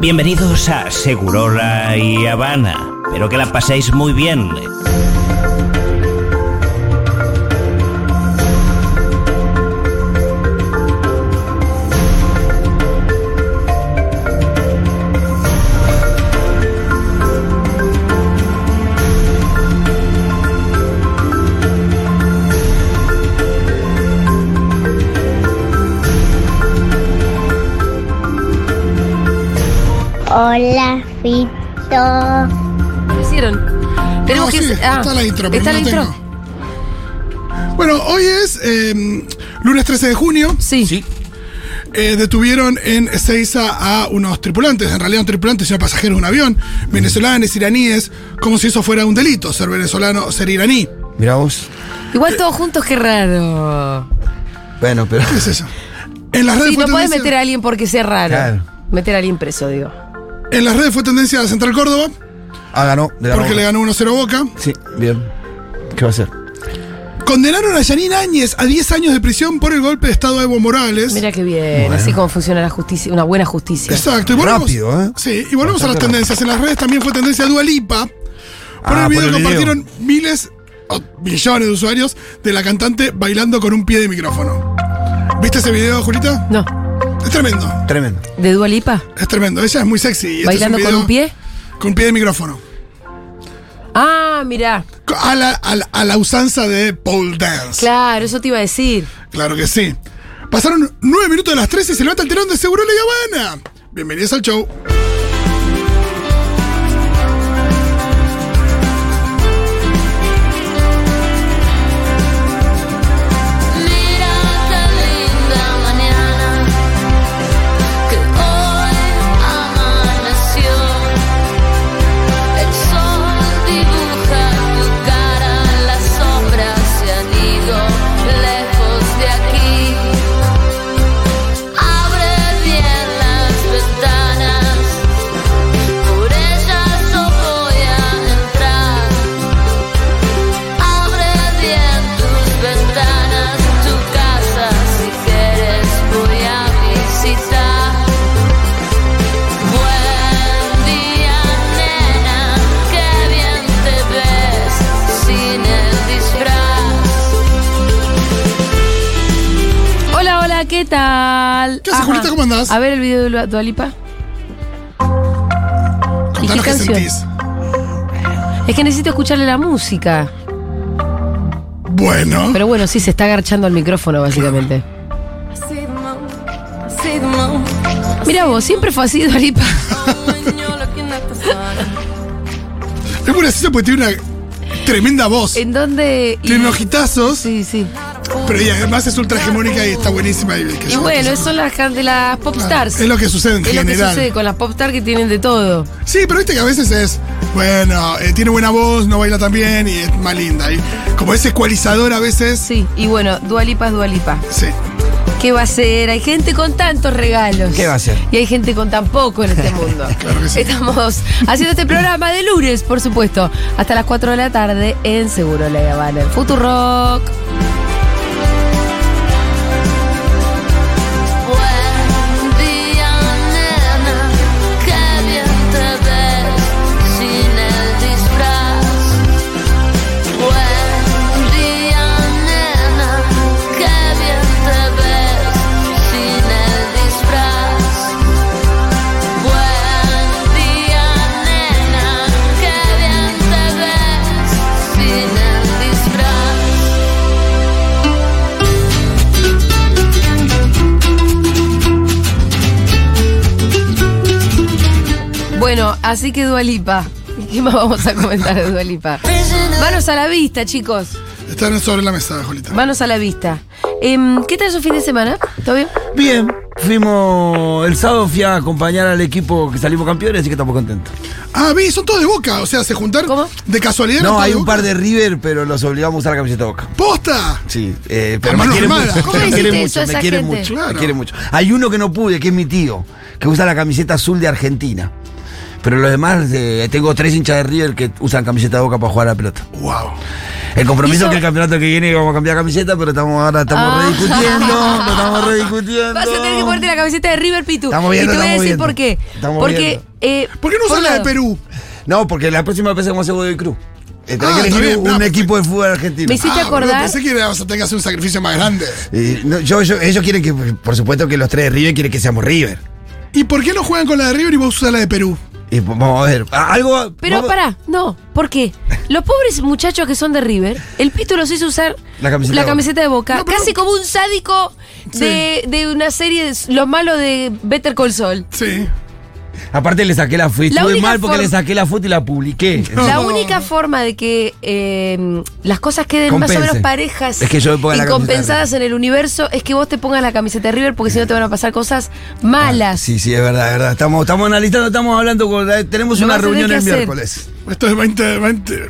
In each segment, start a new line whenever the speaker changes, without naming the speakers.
Bienvenidos a Segurola y Habana. Espero que la paséis muy bien.
Hola, Fito.
¿Lo hicieron? Tenemos
Ah,
que.
sí,
ah,
está la intro, pero
¿Está
no
la intro?
tengo. Bueno, hoy es eh, lunes 13 de junio.
Sí.
Eh, detuvieron en Ezeiza a unos tripulantes, en realidad no tripulantes, sino pasajeros de un avión, venezolanos, iraníes, como si eso fuera un delito, ser venezolano, ser iraní.
Mirá vos.
Igual todos juntos, qué raro.
Bueno, pero.
¿Qué es eso? En las redes
Sí,
Eh, fue
no puedes
tendencia-
meter a alguien porque sea raro.
Claro.
Meter a alguien preso, digo.
En las redes fue tendencia a Central Córdoba,
Ah, ganó. De la
porque
Boca.
le ganó 1-0 Boca.
Sí, bien. ¿Qué va a hacer?
Condenaron a Yanina Áñez a 10 años de prisión por el golpe de Estado a Evo Morales.
Mira qué bien. Así como funciona la justicia, una buena justicia.
Exacto, y volvemos,
Rápido, ¿eh?
Sí, y volvemos a las
Bastante
tendencias. En las redes también fue tendencia Dualipa. Por
Ah,
el video
por el video.
compartieron miles o millones de usuarios de la cantante bailando con un pie de micrófono. ¿Viste ese video, Julita?
No.
Es tremendo,
Tremendo.
¿De Dualipa?
es tremendo. Ella es muy sexy. y este
¿Bailando
es
con un
video
pie?
Con un pie de micrófono.
Ah, mirá.
Co- A la, a la- a la usanza de pole dance.
Claro, eso te iba a decir.
Claro que sí. Pasaron nueve minutos de las 13 y se levanta el telón de Seguro La Habana. Bienvenidos al show.
Mira qué linda mañana que hoy amaneció. El sol dibuja tu cara, las sombras se han ido lejos de aquí. Abre bien las ventanas, por ellas yo voy a entrar. Abre bien tus ventanas, tu casa si quieres voy a visitar. Buen día, nena, qué bien te ves sin el disfraz.
Hola, hola, ¿qué tal?
¿Qué haces,
Ajá.
Julita? ¿Cómo andás?
A ver el video de Dualipa.
Contanos
qué
qué
canción?
sentís.
Es que necesito escucharle la música.
Bueno.
Pero bueno, sí, se está agarchando al micrófono, básicamente. Mira vos, siempre fue así, Dualipa.
Es muy gracioso porque tiene una tremenda voz.
¿En dónde? Eh, y-
Tiene hojitazos,
Sí, sí.
pero y además es ultra hegemónica y está buenísima. Y, que
Y
yo-
bueno, eso son las can- de las popstars.
Es lo que sucede en
Es lo que
general.
sucede con las popstars que tienen de todo.
Sí, pero viste que a veces es, bueno, eh, tiene buena voz, no baila tan bien y es más linda. Y como es ecualizador a veces.
Sí, y bueno, Dualipa es Dualipa.
Sí.
¿Qué va a ser? Hay gente con tantos regalos.
¿Qué va a ser?
Y hay gente con tan poco en este mundo.
Claro que sí.
Estamos haciendo este programa de lunes, por supuesto, hasta las 4 de la tarde en Seguro La Habana, en Futurock.
Buen día, nena, qué bien te ves sin el disfraz. Buen día, nena, qué bien te ves sin el disfraz. Buen día, nena, qué bien te ves sin el disfraz.
Bueno, así que Dualipa. ¿Qué más vamos a comentar de Dualipa? Manos a la vista, chicos.
Están sobre la mesa, Jolita.
Manos a la vista. Em, ¿Qué tal su fin de semana? ¿Todo bien?
Bien. Fuimos. El sábado fui a acompañar al equipo que salimos campeones, así que estamos contentos.
Ah, vi, son todos de boca. O sea, se juntaron.
¿Cómo?
De casualidad.
No,
eran
hay
todos
un
Boca.
par de River, pero los obligamos a usar la camiseta de boca.
¡Posta!
Sí, eh,
A
pero me
mano
quieren
armada.
mucho.
¿Cómo
Me
hiciste
quieren
eso a
mucho, me
esa
quieren
gente?
mucho,
Claro.
me quieren mucho. Hay uno que no pude, que es mi tío, que usa la camiseta azul de Argentina. Pero los demás, eh, tengo tres hinchas de River que usan camiseta de boca para jugar a la pelota.
¡Wow!
El
Hizo-
compromiso es que el campeonato que viene vamos a cambiar camiseta, pero estamos ahora estamos
Ah.
rediscutiendo, lo estamos rediscutiendo.
Vas a tener que ponerte la camiseta de River Pitu.
Estamos viendo,
y te voy a
estamos
decir
viendo.
por qué.
Estamos
Porque.
viendo.
eh,
¿Por qué no
un
usas la de
lado-
Perú?
No, porque la próxima vez hacemos seguro de cruz. Eh, Tenés
Ah,
que
está
elegir
bien,
un,
no,
un
perfecto.
equipo de fútbol argentino.
pues, Me hiciste
Ah, boludo,
acordar.
Pensé que ibas a tener que hacer un sacrificio más grande.
Eh, no, yo- yo- ellos quieren que, por supuesto que los tres de River quieren que seamos River.
¿Y por qué no juegan con la de River y vos usas la de Perú?
Y pues, vamos a ver, a- algo...
Pero
vamos-
pará, no, ¿por qué? Los pobres muchachos que son de River, el Pitu los hizo usar
La camiseta de Boca.
de Boca, casi como un sádico de, de una serie, de los malos de Better Call Saul.
Sí.
Aparte le saqué la foto,
La
estuve
única
mal porque
forma-
le saqué la foto y la publiqué.
No.
La única forma de que eh, las cosas queden
Compense.
más o menos parejas
Es que yo me ponga
y
la camiseta de
compensadas en el universo es que vos te pongas la camiseta de River porque si no te van a pasar cosas malas.
Ah, Sí, sí, es verdad, es verdad. Estamos, estamos analizando, estamos hablando, con, eh, tenemos
Lo
una
vas a tener
reunión
que
el
hacer.
miércoles.
Esto es 20. 20.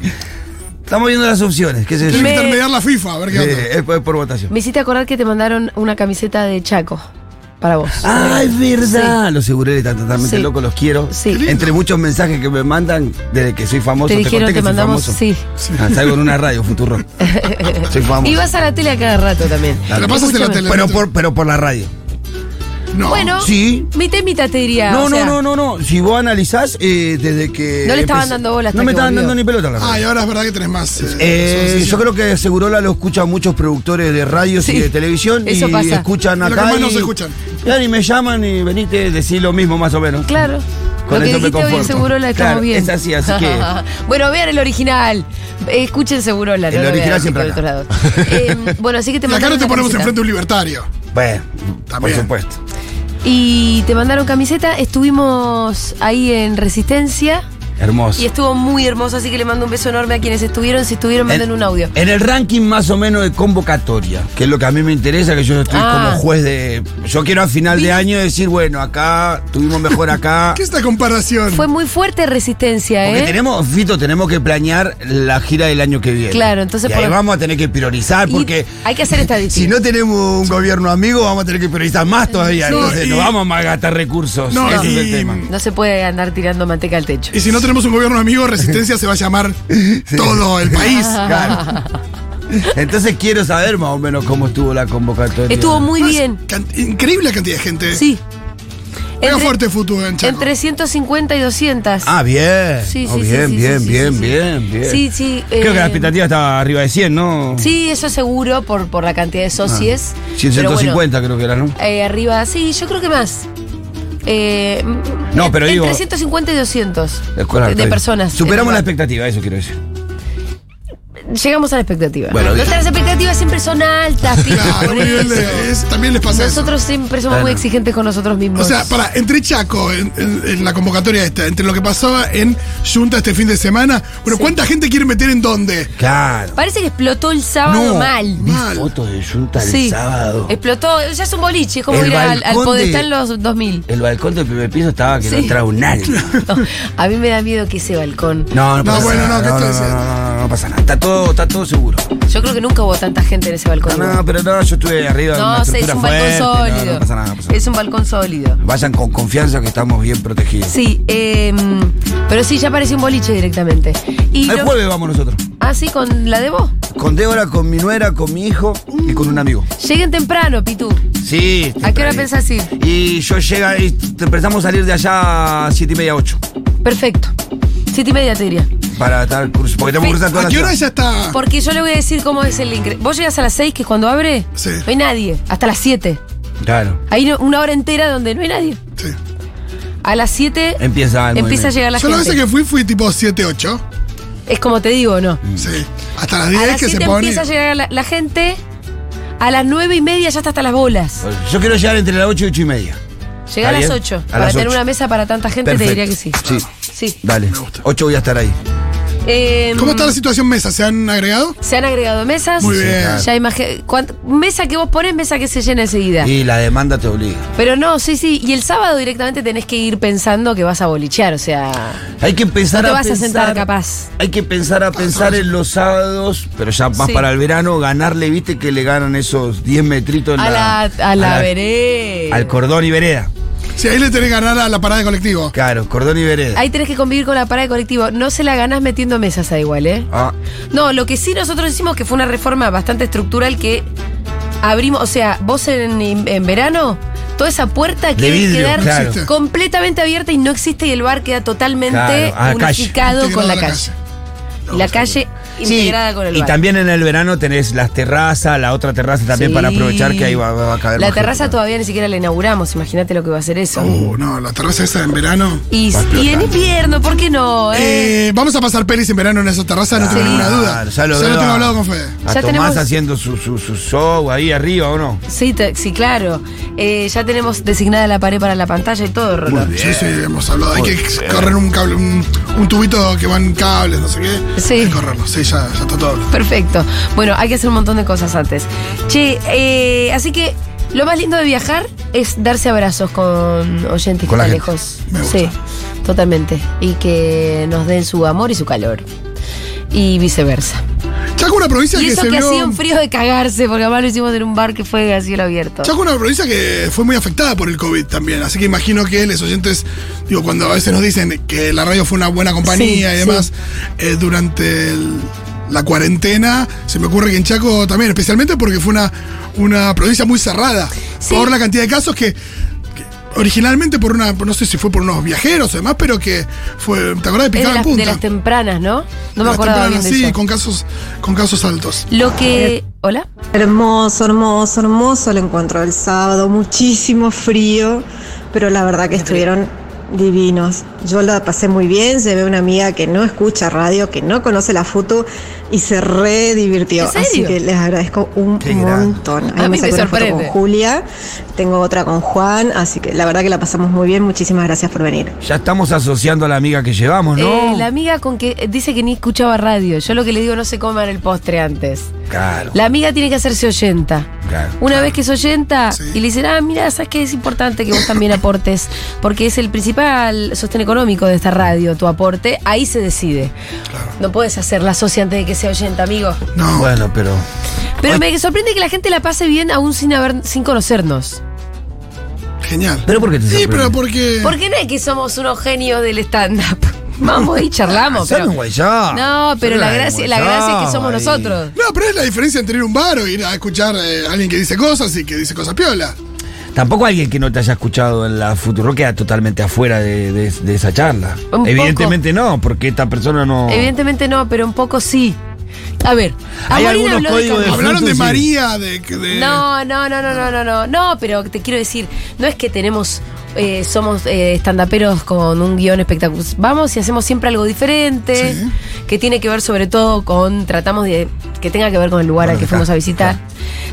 Estamos viendo las opciones, qué sé yo.
Tiene que
Me-
intermediar la FIFA, a ver qué onda.
Eh, es por, es por votación.
Me hiciste acordar que te mandaron una camiseta de Chaco para vos.
Ah, es verdad. Los segureles están totalmente
Sí.
locos, los quiero.
Sí. Qué lindo.
Entre muchos mensajes que me mandan desde que soy famoso.
Te dijeron,
conté
te
que soy
mandamos-
famoso.
sí.
Ah, salgo en una radio, futuro. soy famoso.
Y vas a la tele a cada rato también.
Te la pasas en la
Escúchame.
tele.
Pero por, pero por la radio.
No.
Bueno,
Ah, Sí.
mitad y mitad te diría.
No,
o
no,
sea,
no, no, no. Si vos analizás, eh, desde que.
No le estaban
empecé-
dando bola hasta
No
que
me estaban
volvió.
dando ni pelota la radio.
Ah, y ahora es verdad que tenés más. eh,
Eh,
asociación.
yo creo que Segurola lo escuchan muchos productores de radios
Sí,
y de televisión
eso
y
pasa.
escuchan
Lo que
acá.
más
y,
nos escuchan.
Claro, y me llaman y venite, decís lo mismo más o menos.
Claro.
Con
Lo que
eso me
dijiste hoy en
conformo.
Segurola estamos
Claro,
bien.
es así, así que-
bueno, vean el original. Escuchen Segurola.
El
no lo
original
vean,
siempre
por
acá.
otro lado. Eh, bueno, así que te
Y acá
mandaron
no te
una
ponemos
camiseta.
enfrente de un libertario.
Bueno,
También.
por supuesto.
Y te mandaron camiseta. Estuvimos ahí en Resistencia.
Hermoso.
Y estuvo muy hermoso, así que le mando un beso enorme a quienes estuvieron. Si estuvieron, manden un audio.
En el ranking más o menos de convocatoria, que es lo que a mí me interesa, que yo estoy
Ah.
como juez de... Yo quiero a final de año decir, bueno, acá tuvimos mejor acá.
¿Qué es esta comparación?
Fue muy fuerte Resistencia,
Porque
¿eh?
tenemos, Fito, tenemos que planear la gira del año que viene.
Claro, entonces
Y ahí
por-
vamos a tener que priorizar,
Y
porque...
hay que hacer estadísticas.
Si no tenemos un gobierno amigo, vamos a tener que priorizar más todavía.
No,
entonces
y-
no vamos a malgastar recursos.
No,
Ese es el
y-
tema.
No se puede andar tirando manteca al techo.
Y si no tenemos un gobierno amigo, Resistencia se va a llamar todo
Ah,
el país.
Claro. Entonces quiero saber más o menos cómo estuvo la convocatoria.
Estuvo muy
Más
bien.
can- increíble cantidad de gente.
Sí.
Pega
Entre-
fuerte Futu en Chaco.
Entre 150 y 200.
Ah, bien.
Sí,
Oh,
sí, sí,
bien,
sí,
bien,
sí, sí,
bien,
sí, sí.
bien, bien.
Sí, sí,
Creo que
eh,
la expectativa estaba arriba de 100, ¿no?
Sí, eso seguro por, por la
Ah.
cantidad de socios. Pero bueno,
150 creo que era, ¿no?
eh, arriba, sí, yo creo que más. Eh,
No, pero digo-
Entre 150 y 200
Escolar,
de
está bien.
personas.
Superamos la
Eh,
expectativa, eso quiero decir.
Llegamos a la expectativa.
Bueno, bien.
Nuestras expectativas siempre son altas, Pitu,
Claro,
por
un
eso.
nivel de- es- también les pasa eso.
Nosotros siempre somos muy
Bueno.
exigentes con nosotros mismos.
O sea, para, entre Chaco, en, en- en la convocatoria esta, entre lo que pasaba en Junta este fin de semana, bueno, ¿cuánta gente quiere meter en dónde?
Claro.
Parece que explotó el sábado mal. Eh.
Vi
mal.
fotos de Junta el sábado.
Explotó, ya es un boliche, es como
El
ir al, al
balcón
Podestá
de-
en los 2000.
El balcón del primer piso estaba que
Sí.
no entraba un alma.
No, a mí me da miedo que ese balcón.
No,
No, no pasa
bueno,
nada.
no, ¿qué
no,
estás
no,
diciendo?
no, no, no pasa nada. Está todo, está todo seguro.
Yo creo que nunca hubo tanta gente en ese balcón.
No, no, pero Ah, no, yo estuve arriba de una
No, sé, es
estructura
un balcón
fuerte,
sólido.
No, no pasa nada, no pasa nada.
Es un balcón sólido.
Vayan con confianza que estamos bien protegidos.
Sí, eh, pero sí, ya pareció un boliche directamente. Y
El
lo-
jueves vamos nosotros.
Ah, sí, con la de vos.
Con Débora, con mi nuera, con mi hijo y con un amigo.
Lleguen temprano, Pitu.
Sí.
¿A qué hora
ahí.
pensás ir?
Y yo llega y te- pensamos salir de allá a 7 y media, 8.
Perfecto. Siete y media te diría.
Para estar cruzando. Porque tenemos que cruzar toda
¿A
la
qué hora
ciudad.
ya está?
Porque yo le voy a decir cómo es el ingreso. Vos llegás a las seis, que es cuando abre,
Sí.
no hay nadie. Hasta las siete.
Claro.
Hay no- una hora entera donde no hay nadie.
Sí.
A las 7
Empieza el
empieza a
movimiento.
llegar la
Yo la vez
gente.
que fui, fui tipo 7, 8.
Es como te digo, ¿no?
Mm.
Sí. Hasta las
A
10
las
que se
7
pone.
empieza a llegar la, la gente. A las 9 y media ya está hasta las bolas.
Yo quiero llegar entre las 8 y 8 y media.
Llega a las
bien.
8.
A
Para
las
tener
ocho.
una mesa para tanta gente te
Perfecto.
diría que sí.
Sí.
Sí.
Dale. 8 voy a estar ahí.
Eh,
¿Cómo está la situación mesa? ¿Se han agregado?
Se han agregado mesas.
Muy bien.
Ya imagi- cuant- Mesa que vos pones, mesa que se llena enseguida.
Y la demanda te obliga.
Pero no, sí, sí. Y el sábado directamente tenés que ir pensando que vas a bolichear, o sea.
Hay que pensar
No te
a
vas a
pensar,
sentar, capaz.
Hay que pensar a pensar en los sábados, pero ya más
Sí.
para el verano, ganarle, viste, que le ganan esos 10 metritos en
A la, a la, vereda.
Al cordón y vereda.
Sí, Si ahí le tenés que ganar a la parada de colectivo.
Claro, cordón y vereda.
Ahí tenés que convivir con la parada de colectivo. No se la ganás metiendo mesas ahí igual, ¿eh?
Ah,
No, lo que sí nosotros hicimos que fue una reforma bastante estructural que abrimos, o sea, vos en, en verano, toda esa puerta que
vidrio,
quedar
claro.
completamente abierta y no existe y el bar queda totalmente
Claro, a la calle.
unificado
Integrado
con la
a la
calle. Y la calle integrada con el
y
bar.
también en el verano tenés las terrazas, la otra terraza también
Sí.
para aprovechar que ahí va, va a caer.
La
más
terraza
gente.
todavía ni siquiera la inauguramos, imagínate lo que va a ser eso.
Uh, no, la terraza esa en verano.
y,
va a
y en
explotar.
invierno, ¿por qué no? eh?
Eh, vamos a pasar pelis en verano en esa terraza, no tengo
Sí.
ninguna duda.
Claro, ya lo
Yo
veo
tengo
a-
hablado con Fede.
A
Ya
Tomás
tenemos-
haciendo su, su, su show ahí arriba, ¿o no?
Sí, te- sí, claro. Eh, ya tenemos designada la pared para la pantalla y todo, Rolo.
Sí, sí, hemos hablado. Hay que correr un cable, un, un tubito que van cables, no sé qué.
Sí.
Hay que correrlo, sí, ya, ya está todo. hablado.
Perfecto. Bueno, hay que hacer un montón de cosas antes. Che, eh, así que lo más lindo de viajar es darse abrazos con oyentes
Con
que
la
están
gente.
lejos.
Me gusta.
Sí, totalmente. Y que nos den su amor y su calor. Y viceversa.
Chaco una provincia
Y
que
eso
se
que
vio.
hacía un frío de cagarse, porque además lo hicimos en un bar que fue a cielo abierto.
Chaco una provincia que fue muy afectada por el COVID también, así que imagino que los oyentes, digo, cuando a veces nos dicen que la radio fue una buena compañía
Sí,
y demás, eh, durante el- la cuarentena, se me ocurre que en Chaco también, especialmente porque fue una, una provincia muy cerrada
Sí.
por la cantidad de casos que, que originalmente por una, no sé si fue por unos viajeros o demás, pero que fue, ¿te acordás
Es
de
de
Picada en
las,
Punta?
de las tempranas, ¿no? No me
Las
acordaba bien
tempranas,
de
sí,
eso.
con casos, con casos altos.
Lo que. ¿Hola?
Hermoso, hermoso, hermoso el encuentro del sábado, muchísimo frío, pero la verdad que estuvieron divinos. Yo la pasé muy bien, llevé una amiga que no escucha radio, que no conoce la foto y se re divirtió.
¿En serio?
Así que les agradezco un
Qué grande.
montón. Ahí
A mí me
saqué una foto
sorprende.
con Julia, tengo otra con Juan, así que la verdad que la pasamos muy bien, muchísimas gracias por venir.
Ya estamos asociando a la amiga que llevamos, ¿no?
Eh, la amiga con que eh, dice que ni escuchaba radio. Yo lo que le digo, no se coman el postre antes.
Claro.
La amiga tiene que hacerse oyenta.
Claro.
Una vez que es oyenta
Sí.
y le dicen, ah, mira, sabes que es importante que vos también aportes, porque es el principal sostén económico de esta radio, tu aporte, ahí se decide. No puedes hacer la socia antes de que sea oyenta, amigo.
No,
Bueno, pero.
Pero me sorprende que la gente la pase bien aún sin haber, sin conocernos.
genial.
¿Pero por qué te
Sí,
sorprende?
pero porque...
Porque no es que somos unos genios del stand-up. Vamos y charlamos.
Son
pero-
un guayá.
No, pero
Son
la
un
gracia, la
guayá,
gracia es que somos
ahí.
nosotros.
No, pero es la diferencia entre ir a un bar o ir a escuchar eh, a alguien que dice cosas y que dice cosas piola.
Tampoco alguien que no te haya escuchado en la Futuro queda totalmente afuera de, de- de esa charla.
Un
Evidentemente no, porque esta persona no.
Evidentemente no, pero un poco sí. A ver,
Hay
Amorina
algunos
habló de
códigos de
Camila.
Habla-
Hablaron de
sí.
María, de... de-
No, no, no, no, no, no, no, no, pero te quiero decir, no es que tenemos, eh, somos eh, estandaperos con un guión espectacular. Vamos y hacemos siempre algo diferente,
Sí.
que tiene que ver sobre todo con, tratamos de, que tenga que ver con el lugar al que fuimos a visitar.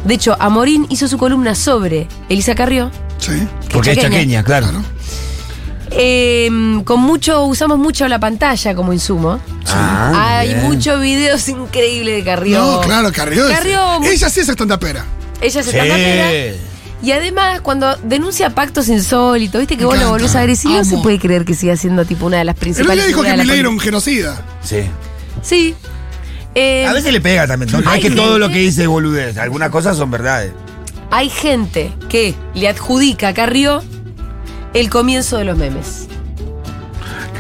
De hecho, Amorín hizo su columna sobre Elisa Carrió,
Sí,
Porque es chaqueña, claro.
claro.
Eh, con mucho, usamos mucho la pantalla como insumo.
Ah,
Hay
bien.
muchos videos increíbles de Carrió.
No, claro, Carrió. es-
Carrió, mu-
Ella sí es estandapera.
Ella se
Sí.
tapa Y además, cuando denuncia pactos insólitos, viste que
Me
vos lo
encanta.
volvés a decir, no
Amo.
se puede creer que siga siendo tipo una de las
El otro
principales.
día dijo que
figuras de la
Milei era
poli-
un genocida.
Sí.
Sí. Eh,
A veces le pega también. No, No
Hay
es que
gente-
todo lo que dice es boludez. Algunas cosas son verdades.
Hay gente que le adjudica a Carrió el comienzo de los memes.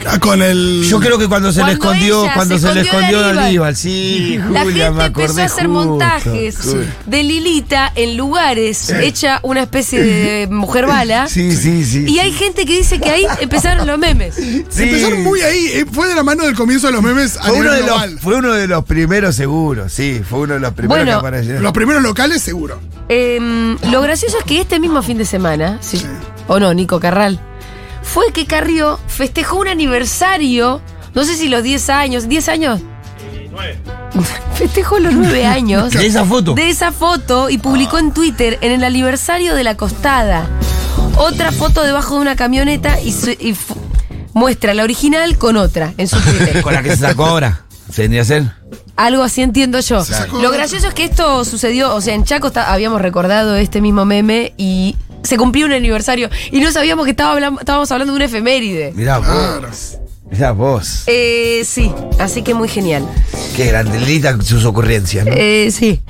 Ah, Con el...
Yo creo que cuando se le
Cuando
escondió,
ella
cuando
se
se, le
escondió
escondió
de Aníbal.
Aníbal, sí,
La
Julia, me
gente empezó
acordé
a hacer
justo.
montajes
Julia.
de Lilita en lugares, hecha una especie de mujer bala.
Sí, sí, sí.
Y hay gente que dice que ahí empezaron los memes.
Sí.
Empezaron muy ahí. eh, Fue de la mano del comienzo de los memes a
Fue uno,
nivel
de
global.
los, fue uno de los primeros, seguro. Sí, fue uno de los primeros
Bueno,
que apareció.
Los primeros locales, seguro.
Em, lo gracioso es que este mismo fin de semana, sí, o no, Nico Carral, fue que Carrió festejó un aniversario, no sé si los 10 años, 10 años. Festejó los 9 años
¿De esa foto?
de esa foto y publicó en Twitter en el aniversario de la costada. Otra foto debajo de una camioneta y, su- y fu- muestra la original con otra en su Twitter.
Con la que se sacó ahora. Tendría que ser.
Algo así entiendo yo.
sacó
Lo
de-
gracioso es que esto sucedió, o sea, en Chaco está- habíamos recordado este mismo meme y se cumplió un aniversario y no sabíamos que estaba hablam- estábamos hablando de una efeméride.
Ah.
Mirá
Claro.
vos. Mirá vos.
Eh, sí, así que muy genial.
Qué grandelita sus ocurrencias, ¿no?
Eh, sí.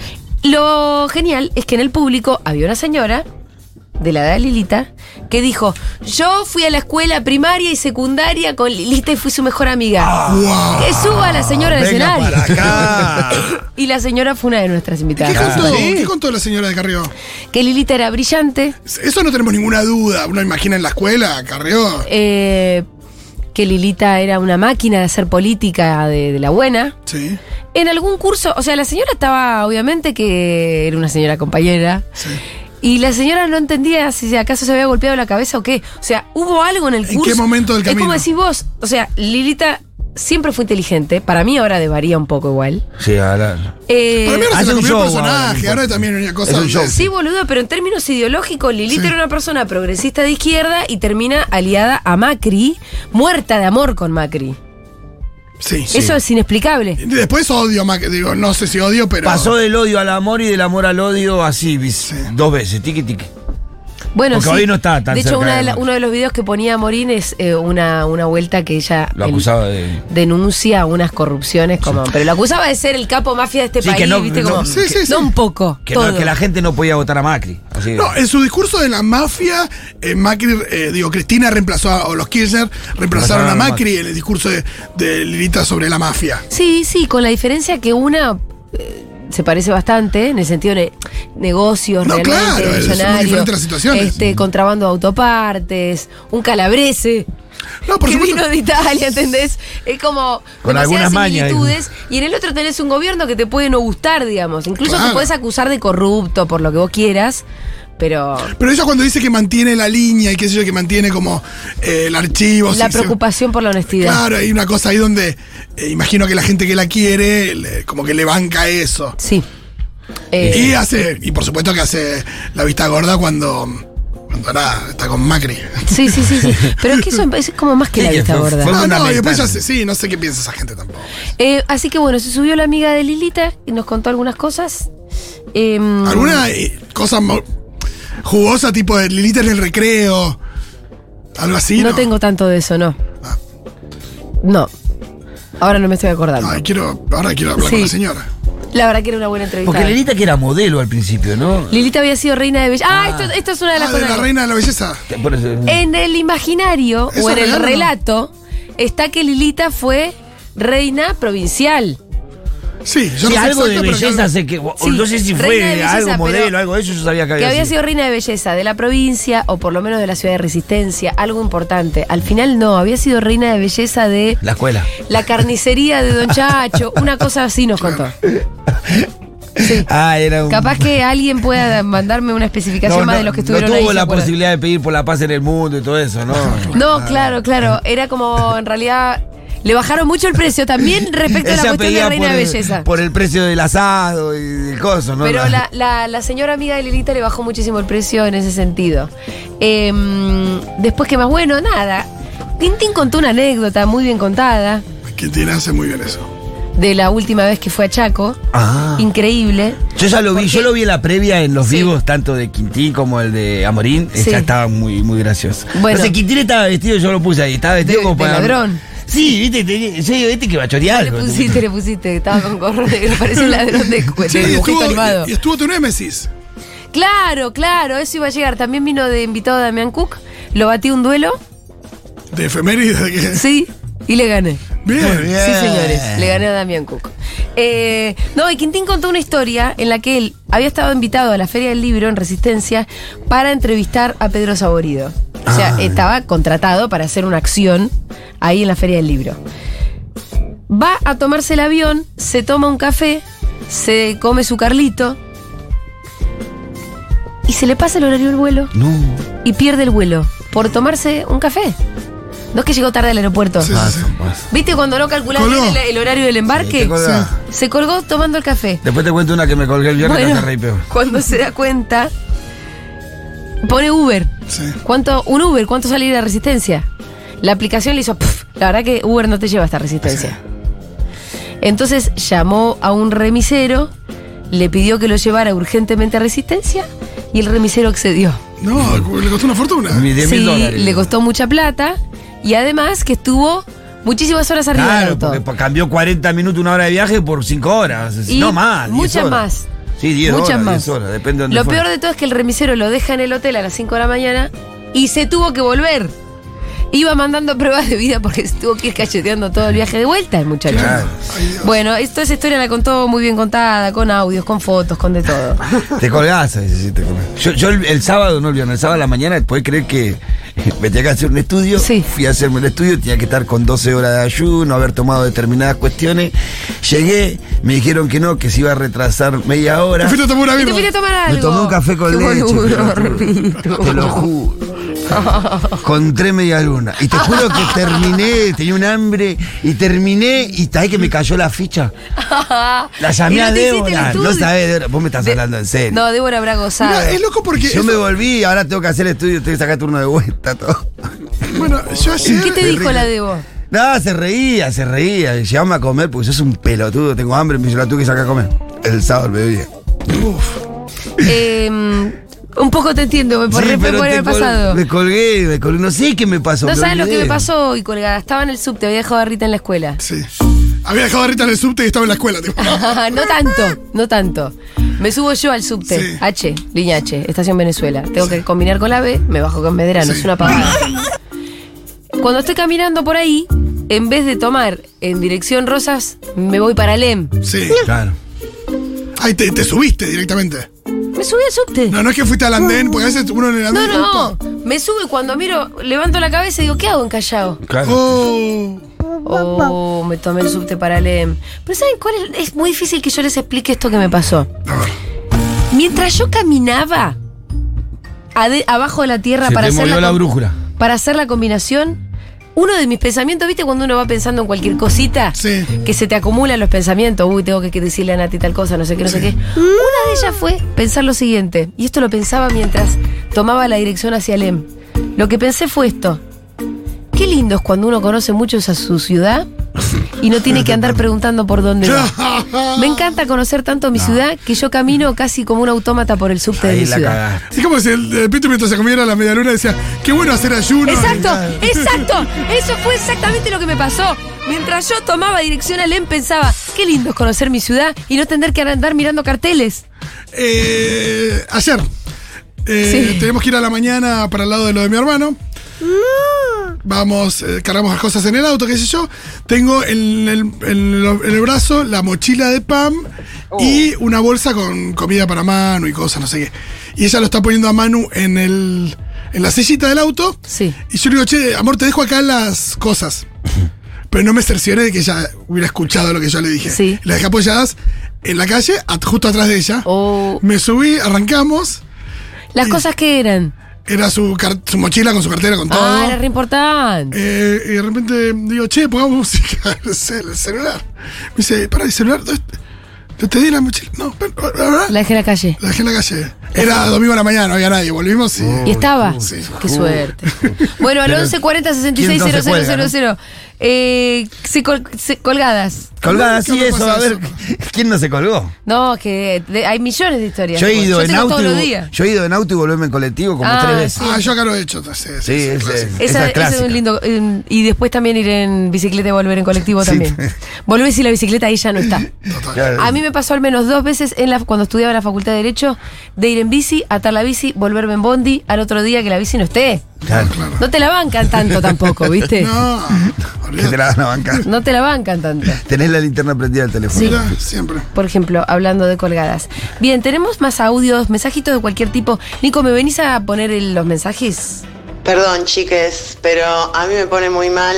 Lo genial es que en el público había una señora de la edad de Lilita, que dijo, yo fui a la escuela primaria y secundaria con Lilita y fui su mejor amiga.
¡Wow!
Que suba la señora al
Venga
escenario.
para acá.
Y la señora fue una de nuestras
¿Qué
invitadas.
contó? ¿Qué contó la señora de Carrió?
Que Lilita era brillante,
Eso no tenemos ninguna duda. Uno imagina en la escuela, Carrió.
eh, que Lilita era una máquina de hacer política de, de la buena.
Sí.
En algún curso, o sea, la señora estaba, obviamente, que era una señora compañera. Y la señora no entendía si acaso se había golpeado la cabeza o qué. O sea, hubo algo en el
¿En
curso.
qué momento del
Es como
camino?
decís vos. O sea, Lilita siempre fue inteligente. Para mí ahora varía un poco igual.
Sí, ahora.
Eh,
Para mí ahora
hace
se le cambió
un
el
show ahora,
personaje. Ahora
no importa.
también hay una cosa.
Es un
donde-
show.
Sí, boludo, pero en términos ideológicos, Lilita
Sí.
era una persona progresista de izquierda y termina aliada a Macri, muerta de amor con Macri.
Sí.
Eso es inexplicable.
Después odio, Mac- digo, no sé si odio, pero.
Pasó del odio al amor y del amor al odio así, bis- dos veces, tiqui tiqui.
Bueno,
Porque
sí.
hoy no está tan
De hecho,
cerca
una
de
de la-
Macri.
uno de los videos que ponía Morín es eh, una, una vuelta que ella
Lo
en-
acusaba de.
denuncia unas corrupciones como. Pero lo acusaba de ser el capo mafia de este
Sí,
país,
que no-
¿viste?
no-
Como,
sí, sí, sí.
no un poco.
Que,
todo.
no- que la gente no podía votar a Macri. Así
No, en su discurso de la mafia, eh, Macri, eh, digo, Cristina reemplazó a, o los Kirchner reemplazaron a Macri en el discurso de, de Lilita sobre la mafia.
Sí, sí, con la diferencia que una eh, se parece bastante en el sentido de negocios,
No,
realmente,
claro, es muy
millonario,
diferente las situaciones.
Mm.
Este, contrabando de autopartes, un calabrese.
No, por
que
supuesto.
vino de Italia, ¿entendés? Es como
Con
demasiadas
algunas mañas,
similitudes. Y en el otro tenés un gobierno que te puede no gustar, digamos. Incluso
Claro.
te podés acusar de corrupto por lo que vos quieras, pero
Pero ella cuando dice que mantiene la línea y qué sé yo, que mantiene como eh, el archivo.
la
sí, se-
preocupación por la honestidad.
Claro, hay una cosa ahí donde eh, imagino que la gente que la quiere, le- como que le banca eso.
Sí. Eh,
Y hace, y por supuesto que hace la vista gorda cuando, cuando nada, está con Macri.
Sí, sí, sí, sí. Pero es que eso es como más que
Sí,
la
que
vista
fue-
gorda.
fue
No, no,
fundamental.
y después ya sé, sí, no sé qué piensa esa gente tampoco.
Eh, así que bueno, se subió la amiga de Lilita y nos contó algunas cosas. Eh,
¿Alguna eh, cosa mo- jugosa tipo de Lilita en el recreo? Algo así.
No tengo tanto de eso, no.
Ah.
No. Ahora no me estoy acordando.
Ay, quiero, ahora quiero hablar con
Sí.
la señora.
La verdad que era una buena entrevista.
Porque Lelita que era modelo al principio, ¿no?
Lilita había sido reina de belleza. Ah, esto, esto es una de las
Ah, de
cosas.
la
que-
reina de la belleza.
Por eso-
En el imaginario
¿Eso
o en
es
el
real o no?
relato está que Lilita fue reina provincial.
Sí, yo
Sí,
no sé
algo de
exacto, pero
belleza sé que. o-
Sí,
no sé si
reina de
fue
belleza,
algo
pero-
modelo, algo de eso, yo sabía que había,
Que había sido reina de belleza de la provincia o por lo menos de la ciudad de Resistencia, algo importante. Al final no, había sido reina de belleza de
La escuela.
la carnicería de Don Chacho, una cosa así nos contó.
Ah, era un.
Capaz que alguien pueda mandarme una especificación
no,
más
no,
de los que
no
estuvieron ahí.
tuvo
¿se
la
acuerdan?
posibilidad de pedir por la paz en el mundo y todo eso, ¿no?
No, claro, claro. Era como en realidad le bajaron mucho el precio también respecto a la
Ella
cuestión de
pedía
reina
por
de
el,
belleza.
Por el precio del asado y del coso, ¿no?
Pero la, la- la señora amiga de Lilita le bajó muchísimo el precio en ese sentido. Em, después, que más bueno? Nada. Tintín contó una anécdota muy bien contada
Que tiene hace muy bien eso.
de la última vez que fue a Chaco.
Ah.
Increíble.
Yo ya lo vi, yo lo vi en la previa en los
Sí.
vivos, tanto de Quintín como el de Amorín.
Sí.
Esta estaba muy, muy gracioso.
Bueno.
Entonces Quintín estaba vestido, yo lo puse ahí, estaba vestido
De-
como
de ladrón.
Sí, viste, tenía- yo digo, este que va a chorear.
Le pusiste, le pusiste. Estaba con gorro negro, parecía un ladrón de, de
Sí, y
Pues dibujito animado.
estuvo, y estuvo tu némesis.
Claro, claro, eso iba a llegar. También vino de invitado Damián Cook. Lo batí un duelo,
De efemérides. de que-
sí, y le gané.
Bien.
bien.
Sí, señores, le gané a Damián Cook. Eh, no, y Quintín contó una historia en la que él había estado invitado a la Feria del Libro en Resistencia para entrevistar a Pedro Saborido. O sea, estaba contratado para hacer una acción ahí en la Feria del Libro. Va a tomarse el avión, se toma un café, se come su Carlito y se le pasa el horario del vuelo
No.
y pierde el vuelo por tomarse un café. No es que llegó tarde al aeropuerto.
Sí, sí, sí.
¿Viste cuando no calculás
Colgó.
bien el, el horario del embarque?
te colgás. Sí.
Se colgó tomando el café.
Después te cuento una que me colgué el viernes
Bueno,
que me reí peor.
cuando se da cuenta, pone Uber.
Sí.
¿Cuánto, un Uber, ¿cuánto sale ir a Resistencia? La aplicación le hizo, "Pf, la verdad que Uber no te lleva hasta Resistencia. Entonces llamó a un remisero, le pidió que lo llevara urgentemente a Resistencia y el remisero accedió.
No, le costó una fortuna.
Mis 10 mil
Sí,
dólares.
le costó mucha plata y además que estuvo muchísimas horas arriba del
Claro,
auto.
porque pa- cambió 40 minutos, una hora de viaje por 5 horas.
Y
no más. 10
Muchas
horas.
más.
Sí, 10
Muchas
horas,
más.
10 horas, depende de dónde
lo
fuera.
peor de todo es que el remisero lo deja en el hotel a las 5 de la mañana y se tuvo que volver. Iba mandando pruebas de vida porque se tuvo que ir cacheteando todo el viaje de vuelta el muchacho.
Claro.
Ay, Dios.
Bueno, esto esa historia la contó muy bien contada, con audios, con fotos, con de todo.
Te colgás, ahí, sí, te colgás. Yo, yo el, el sábado, no el viernes, el sábado a la mañana, podés creer que me tenía que hacer un estudio.
Sí.
Fui a hacerme el estudio, tenía que estar con 12 horas de ayuno, haber tomado determinadas cuestiones. Llegué, me dijeron que no, que se iba a retrasar media
Me
hora.
fui a tomar una
¿Y te
birra.
fuiste a tomar algo?
Me tomé un café con
Qué
leche.
boludo,
pelotudo.
Remito.
Te lo juro. Con tres media luna. Y te juro que terminé, tenía un hambre, y terminé, y tal que me cayó la ficha. La
¿Y
llamé
no
a
te hiciste el
Débora. No
estudio?
sabés, Débora. Vos me estás
De-
hablando en serio.
No, Débora habrá gozado.
Mira, es loco porque.
Yo me
eso-
volví, ahora tengo que hacer estudio, tengo que sacar turno de vuelta, todo.
Bueno, yo ayer.
¿Qué te dijo la Debo?
No, se reía, se reía. Llegame a comer porque sos un pelotudo, tengo hambre, me dice la tuve que sacar a comer. El sábado al mediodía.
Eh, un poco te entiendo, me por
Sí,
por
pero
por
te
el
col-
pasado.
Me colgué, me colgué. No sé qué me pasó.
No
me
sabes lo que
olvidé.
me pasó hoy, colgada. Estaba en el subte, había dejado a Rita en la escuela.
Sí. Había dejado a Rita en el subte y estaba en la escuela. tipo.
no tanto, no tanto. Me subo yo al subte,
Sí.
H, línea H, estación Venezuela. Tengo que combinar con la B, me bajo con Medrano,
Sí.
es una pavada. Cuando estoy caminando por ahí, en vez de tomar en dirección Rosas, me voy para Lem.
Sí.
Claro.
Ay, te, te subiste directamente.
Me subí al subte.
No, no es que fuiste al andén, porque a veces uno en el
No,
andén.
no,
opa.
me subo y cuando miro, levanto la cabeza y digo, ¿qué hago en Callao?
Claro.
Oh.
Oh, me tomé el subte para Lem. Pero ¿saben cuál es? Es muy difícil que yo les explique esto que me pasó.
A ver.
Mientras yo caminaba ade- abajo de la tierra para, hacer la com-
brújula.
para hacer la combinación, uno de mis pensamientos, ¿viste cuando uno va pensando en cualquier cosita?
Sí.
Que se te acumulan los pensamientos. Uy, tengo que decirle a Nati tal cosa, no sé qué, no sé qué. Una de ellas fue pensar lo siguiente, y esto lo pensaba mientras tomaba la dirección hacia Lem. Lo que pensé fue esto. Qué lindo es cuando uno conoce mucho a su ciudad y no tiene que andar preguntando por dónde va. Me encanta conocer tanto mi ciudad que yo camino casi como un autómata por el subte de
Ahí
mi
la
ciudad.
cagaste.
Es como si el, el Pitu mientras se comiera la medialuna decía, qué bueno hacer ayuno.
Exacto, exacto. Eso fue exactamente lo que me pasó. Mientras yo tomaba dirección a Lem pensaba, qué lindo es conocer mi ciudad y no tener que andar mirando carteles.
Eh, ayer. eh,
Sí.
Tenemos que ir a la mañana para el lado de lo de mi hermano.
Mm.
Vamos, eh, cargamos las cosas en el auto, qué sé yo. Tengo en el, en lo- en el brazo la mochila de Pam y una bolsa con comida para Manu y cosas, no sé qué. Y ella lo está poniendo a Manu en, el, en la sillita del auto.
Sí.
Y yo le digo, che, amor, te dejo acá las cosas. Pero no me cercioré de que ella hubiera escuchado lo que yo le dije.
Sí.
Las dejé apoyadas en la calle, at- justo atrás de ella.
Oh.
Me subí, arrancamos.
Las cosas que eran.
Era su, car- su mochila con su cartera, con todo.
Ah, era re importante.
Eh, y de repente digo, che, pongamos música en el cel- el celular. Me dice, pará, el celular, ¿dónde está? ¿Te- te di la mochila? No, pero, la verdad,
La dejé en la calle.
la dejé en la calle. Era domingo a la mañana, no había nadie, volvimos y...
¿Y estaba?
Sí.
Qué suerte. Bueno, al
Pero,
1140 66
¿quién no se cuelga, no?
000. Eh, se col- se- colgadas.
Colgada, sí,
Nunca me
eso,
pasó
a ver. ¿Quién no se colgó?
No, es que de- hay millones de historias.
Yo he ido en
tengo
auto.
todos los
y-
días.
Yo he ido en auto y volverme en colectivo como
Ah,
tres veces.
sí.
Ah, yo acá lo he hecho. Sí, sí,
Sí,
sí,
ese-
clásico.
esa
Esa,
es
ese es
clásica.
un lindo. eh, Y después también ir en bicicleta y volver en colectivo también. Volvés y la bicicleta ahí ya no está.
Claro.
A mí me pasó al menos dos veces en la, cuando estudiaba en la Facultad de Derecho de ir en bici, atar la bici, volverme en bondi al otro día que la bici no esté.
Claro.
No te la bancan tanto tampoco, ¿viste? No,
No,
Que te
olvidate.
la van a bancar.
te la bancan tanto.
Tenés la linterna prendida del teléfono.
Mira, siempre.
Por ejemplo, hablando de colgadas. Bien, tenemos más audios, mensajitos de cualquier tipo. Nico, ¿me venís a poner el- los mensajes?
Perdón, chiques, pero a mí me pone muy mal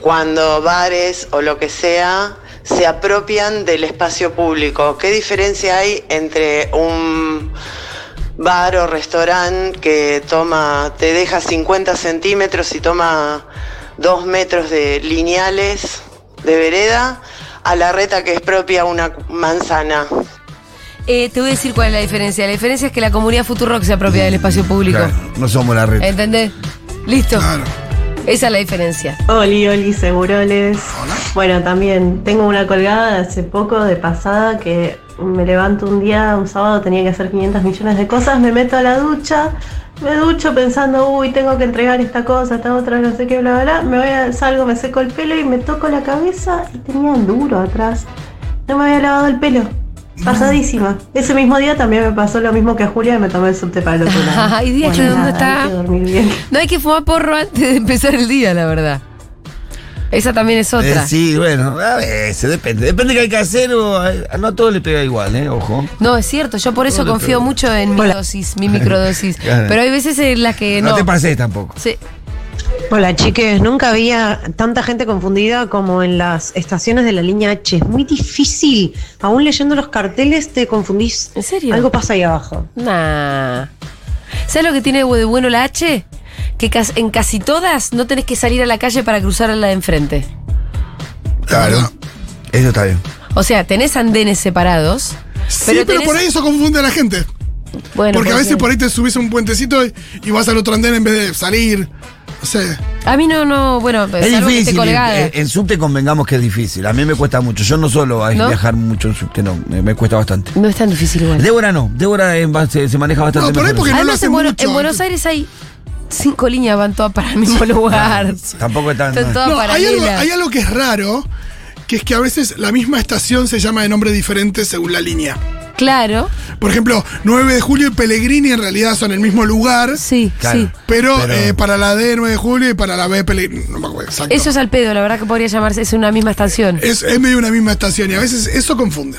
cuando bares o lo que sea se apropian del espacio público. ¿Qué diferencia hay entre un bar o restaurante que toma, te deja 50 centímetros y toma 2 metros de lineales de vereda a la reta que es propia una manzana?
Eh, te voy a decir cuál es la diferencia. La diferencia es que la comunidad Futurock se apropia del espacio público.
Claro, no somos la red.
¿Entendés? Listo.
Claro.
Esa es la diferencia.
Oli, Oli, Seguroles. Bueno, también tengo una colgada de hace poco, de pasada, que me levanto un día, un sábado, tenía que hacer 500 millones de cosas, me meto a la ducha, me ducho pensando, uy, tengo que entregar esta cosa, esta otra, no sé qué, bla, bla, bla. Me voy a, salgo, me seco el pelo y me toco la cabeza y tenía duro atrás. No me había lavado el pelo. Pasadísima. Ese mismo día también me pasó lo mismo que a Julia y me tomé el subte para el otro lado.
Ay, Díaz, ¿de dónde está?
Hay que dormir bien.
No hay que fumar porro antes de empezar el día, la verdad. Esa también es otra.
Eh, sí, bueno, a veces, depende. Depende que hay que hacer o a- no a todos le pega igual, ¿eh? Ojo.
No, es cierto, yo por eso confío mucho en mi dosis, mi microdosis.
Claro.
Pero hay veces en las que
No,
no.
te pases tampoco.
Sí.
Hola chiques, nunca había tanta gente confundida como en las estaciones de la línea H. Es muy difícil. Aún leyendo los carteles te confundís.
¿En serio?
Algo pasa ahí abajo.
Nah. ¿Sabes lo que tiene de bueno la H? Que cas- en casi todas no tenés que salir a la calle para cruzar a la de enfrente.
Claro. Eso está bien.
O sea, tenés andenes separados.
Sí, pero,
tenés-
por ahí eso confunde a la gente.
Bueno,
porque a
puede
veces
ser.
por ahí te subís a un puentecito y, y vas al otro andén en vez de salir. No sé.
A mí no, no, bueno,
Es
salvo que esté
difícil. eh,
colgada.
eh,
En, en subte convengamos que es difícil. A mí me cuesta mucho. Yo no solo a
¿No?
viajar mucho en subte, no. Me, me cuesta bastante.
no es tan difícil igual.
Débora no. Débora eh, va- se, se maneja bastante.
No, por ahí
mejor.
porque- no lo
Además,
hace
en, Bueno-
mucho.
en Buenos Aires hay cinco líneas, van todas para el mismo lugar.
Tampoco es tan.
Están todas
No, hay algo,
paralelas.
hay algo que es raro, que es que a veces la misma estación se llama de nombre diferente según la línea.
Claro,
Por ejemplo, 9 de julio y Pellegrini en realidad son el mismo lugar,
sí,
Claro.
sí.
pero,
Pero-
eh, para la D 9 de julio y para la B Pellegrini. No me acuerdo exacto.
Eso es al pedo, la verdad que podría llamarse, es una misma
Eh.
estación.
es, es medio una misma estación y a veces eso confunde.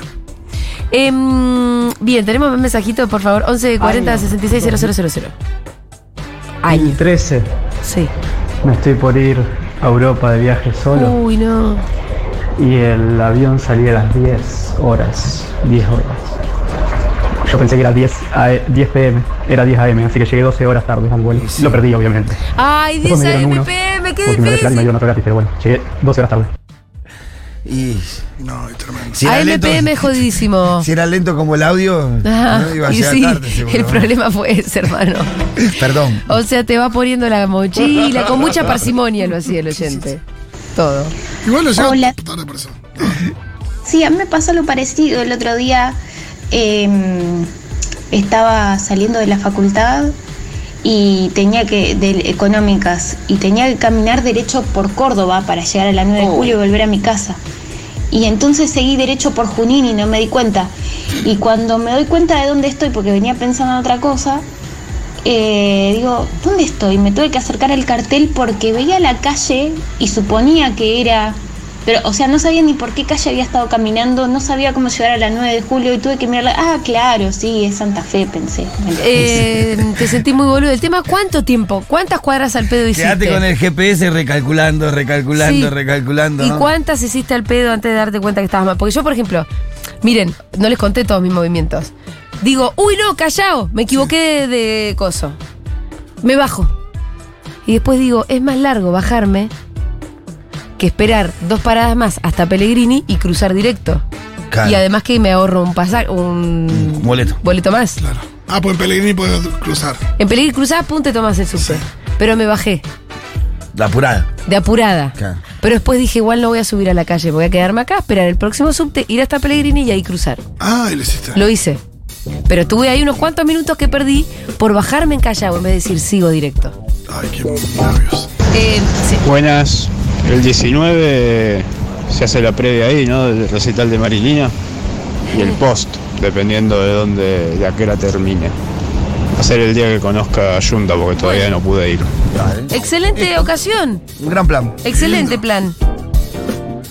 Em, bien, tenemos un mensajito, por favor, 1140 660000. Año.
13.
Sí.
Me estoy por ir a Europa de viaje solo
Uy, no.
y el avión salía a las 10 horas. 10 horas. Yo pensé que era 10, a- 10 pm, era 10 am, así que llegué 12 horas tarde al vuelo. Lo perdí, obviamente.
Ay,
Después
10
me dieron uno,
AMPM, qué
porque me retrasaron y me
difícil.
dieron otro gratis, pero bueno, llegué 12 horas tarde.
Y.
No, es tremendo.
Si era lento-
AMPM es jodidísimo.
Si era lento como el audio,
Ah,
no iba a
y
llegar
sí,
tarde, seguro.
el problema Oh, fue ese, hermano.
Perdón.
O sea, te va poniendo la mochila, con mucha parsimonia lo hacía el oyente. Todo.
Igual lo lleva
Hola.
tarde por eso.
Sí, a mí me pasó lo parecido. El otro día em, estaba saliendo de la facultad y tenía que, de económicas, y tenía que caminar derecho por Córdoba para llegar a la 9 de julio y volver a mi casa. Y entonces seguí derecho por Junín y no me di cuenta. Y cuando me doy cuenta de dónde estoy, porque venía pensando en otra cosa, eh, digo, ¿dónde estoy? Me tuve que acercar al cartel porque veía la calle y suponía que era... Pero, o sea, no sabía ni por qué calle había estado caminando, no sabía cómo llegar a la 9 de julio y tuve que mirarla. Ah, claro, sí, es Santa Fe, pensé.
Eh, te sentí muy boludo. El tema, ¿cuánto tiempo? ¿Cuántas cuadras al pedo hiciste?
Quédate con el GPS recalculando, recalculando,
Sí.
recalculando.
¿Y
¿no?
cuántas hiciste al pedo antes de darte cuenta que estabas mal? Porque yo, por ejemplo, miren, no les conté todos mis movimientos. Digo, uy, no, callao, me equivoqué de, de coso. Me bajo. Y después digo, es más largo bajarme que esperar dos paradas más hasta Pellegrini y cruzar directo.
Claro.
Y además que me ahorro un pasar, un
Un boleto.
boleto más.
Claro. Ah, pues en Pellegrini puedes cruzar.
En Pellegrini cruzás, pum, te tomás el subte. Pero me bajé,
La apurada.
de apurada.
Claro.
Pero después dije, igual no voy a subir a la calle, voy a quedarme acá, esperar el próximo subte, ir hasta Pellegrini y ahí cruzar.
Ah, y lo hiciste.
Lo hice. Pero tuve ahí unos cuantos minutos que perdí por bajarme en Callao en vez de decir sigo directo.
Ay, qué nervios.
Eh, sí.
Buenas, el 19 se hace la previa ahí, ¿no? Del recital de Marilina y el post, dependiendo de dónde, de a qué hora termine. Va a ser el día que conozca a Yunda porque todavía no pude ir.
Dale.
Excelente ocasión.
Un gran plan.
Excelente plan.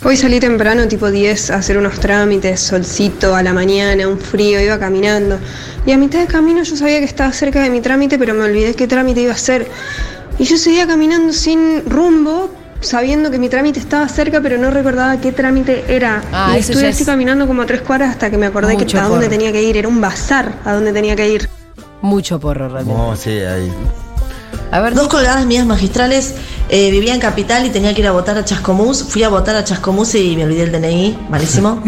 Hoy salí temprano, tipo 10, a hacer unos trámites, solcito a la mañana, un frío, iba caminando. Y a mitad de camino yo sabía que estaba cerca de mi trámite, pero me olvidé qué trámite iba a hacer. Y yo seguía caminando sin rumbo, sabiendo que mi trámite estaba cerca, pero no recordaba qué trámite era.
Ah,
y
eso
estuve
ya
así
es-
caminando como tres cuadras hasta que me acordé que
Mucho
a dónde
porro.
tenía que ir. Era un bazar a dónde tenía que ir.
Mucho porro, realmente.
No, sí, ahí.
A ver,
Dos colgadas mías magistrales. eh, vivía en Capital y tenía que ir a votar a Chascomús. Fui a votar a Chascomús y me olvidé el DNI, malísimo.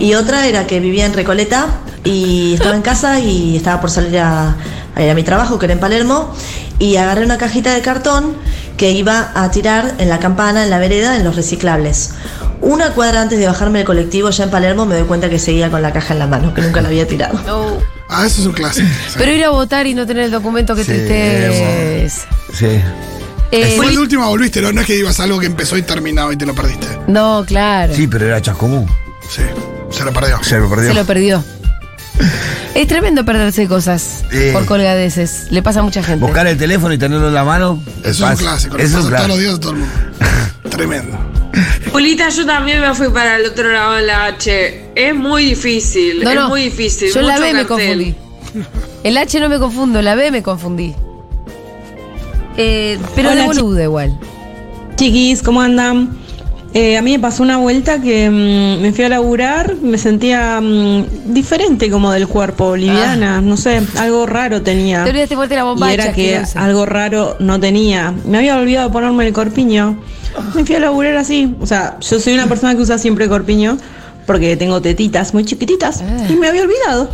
Y otra era que vivía en Recoleta y estaba en casa y estaba por salir a, a ir a mi trabajo, que era en Palermo. Y agarré una cajita de cartón que iba a tirar en la campana, en la vereda, en los reciclables. Una cuadra antes de bajarme del colectivo ya en Palermo me doy cuenta que seguía con la caja en la mano, que nunca la había tirado.
no.
Ah, eso es un clásico.
Eh,
Sí.
Pero ir a votar y no tener el documento que
Sí,
te es.
Sí.
Eh,
Fue la última volviste, ¿no? No es que ibas a algo que empezó y terminaba y te lo perdiste.
no, claro.
Sí, pero era Chascomú.
Sí, se lo perdió.
Se lo perdió.
Se lo perdió. Es tremendo perderse cosas
Eh.
por colgadeces. Le pasa a mucha gente.
Buscar el teléfono y tenerlo en la mano.
Eso es un clásico.
Eso es
Todos los
un clásico.
días todo el mundo. Tremendo.
Julita, yo también me fui para el otro lado de la H. Es muy difícil,
No,
es
no,
muy difícil.
Yo en la
mucho
B me
cartel.
confundí. El H no me confundo, la B me confundí. Eh, pero de
Hola, chi-
boluda igual.
Chiquis, ¿cómo andan? Eh, a mí me pasó una vuelta que mm, me fui a laburar, me sentía mm, diferente como del cuerpo, liviana, no sé, algo raro tenía.
Ah. Te olvidaste ponerte la bombacha,
Ah. Y era que
asquerosa.
algo raro no tenía. Me había olvidado ponerme el corpiño. Me fui a laburar así. O sea, yo soy una persona que usa siempre corpiño porque tengo tetitas muy chiquititas
Ah.
y me había olvidado.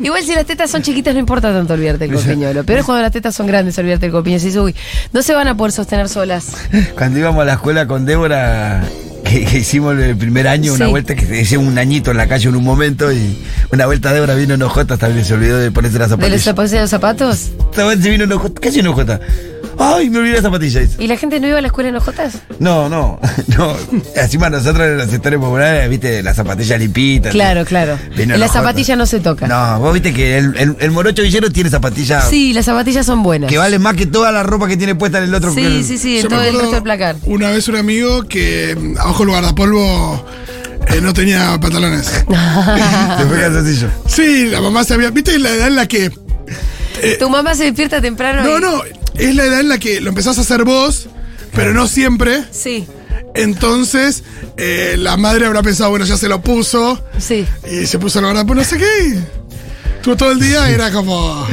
Igual si las tetas son chiquitas no importa tanto olvidarte el copiño. Lo peor es cuando las tetas son grandes olvidarte el copiño. Si dices, uy, no se van a poder sostener solas.
Cuando íbamos a la escuela con Débora, que, que hicimos el primer año, una
Sí.
vuelta que hicimos un añito en la calle en un momento y una vuelta Débora vino enojota, hasta que se olvidó de ponerse las
¿De los
zapatillas.
zapatos de los zapatos?
Esta vez se vino enojota, casi enojota. Ay, me olvidé las zapatillas.
¿Y la gente no iba a la escuela en ojotas?
No, no, no. Encima nosotros en los sectores populares, viste, las zapatillas limpitas.
Claro, claro.
Vino
En la
enojota.
zapatilla no se toca.
No, vos viste que el, el- el morocho villero tiene
Ah.
zapatillas
Sí, las zapatillas son buenas.
que valen más que toda la ropa que tiene puesta en el otro.
Sí, sí, sí, en
Yo me
todo el
acuerdo
resto del placar.
Una vez un amigo que mm, abajo el guardapolvo eh, no tenía pantalones.
Te fue calzoncillo.
Sí, la mamá sabía. ¿Viste la edad en la que.?
Tu mamá se despierta temprano.
Eh. No,
y-
no. Es la edad en la que lo empezás a hacer vos, pero no siempre.
Sí.
Entonces, eh, la madre habrá pensado, bueno, ya se lo puso.
Sí.
Y se puso el guardapolvo, no sé qué. Tú todo el día era como.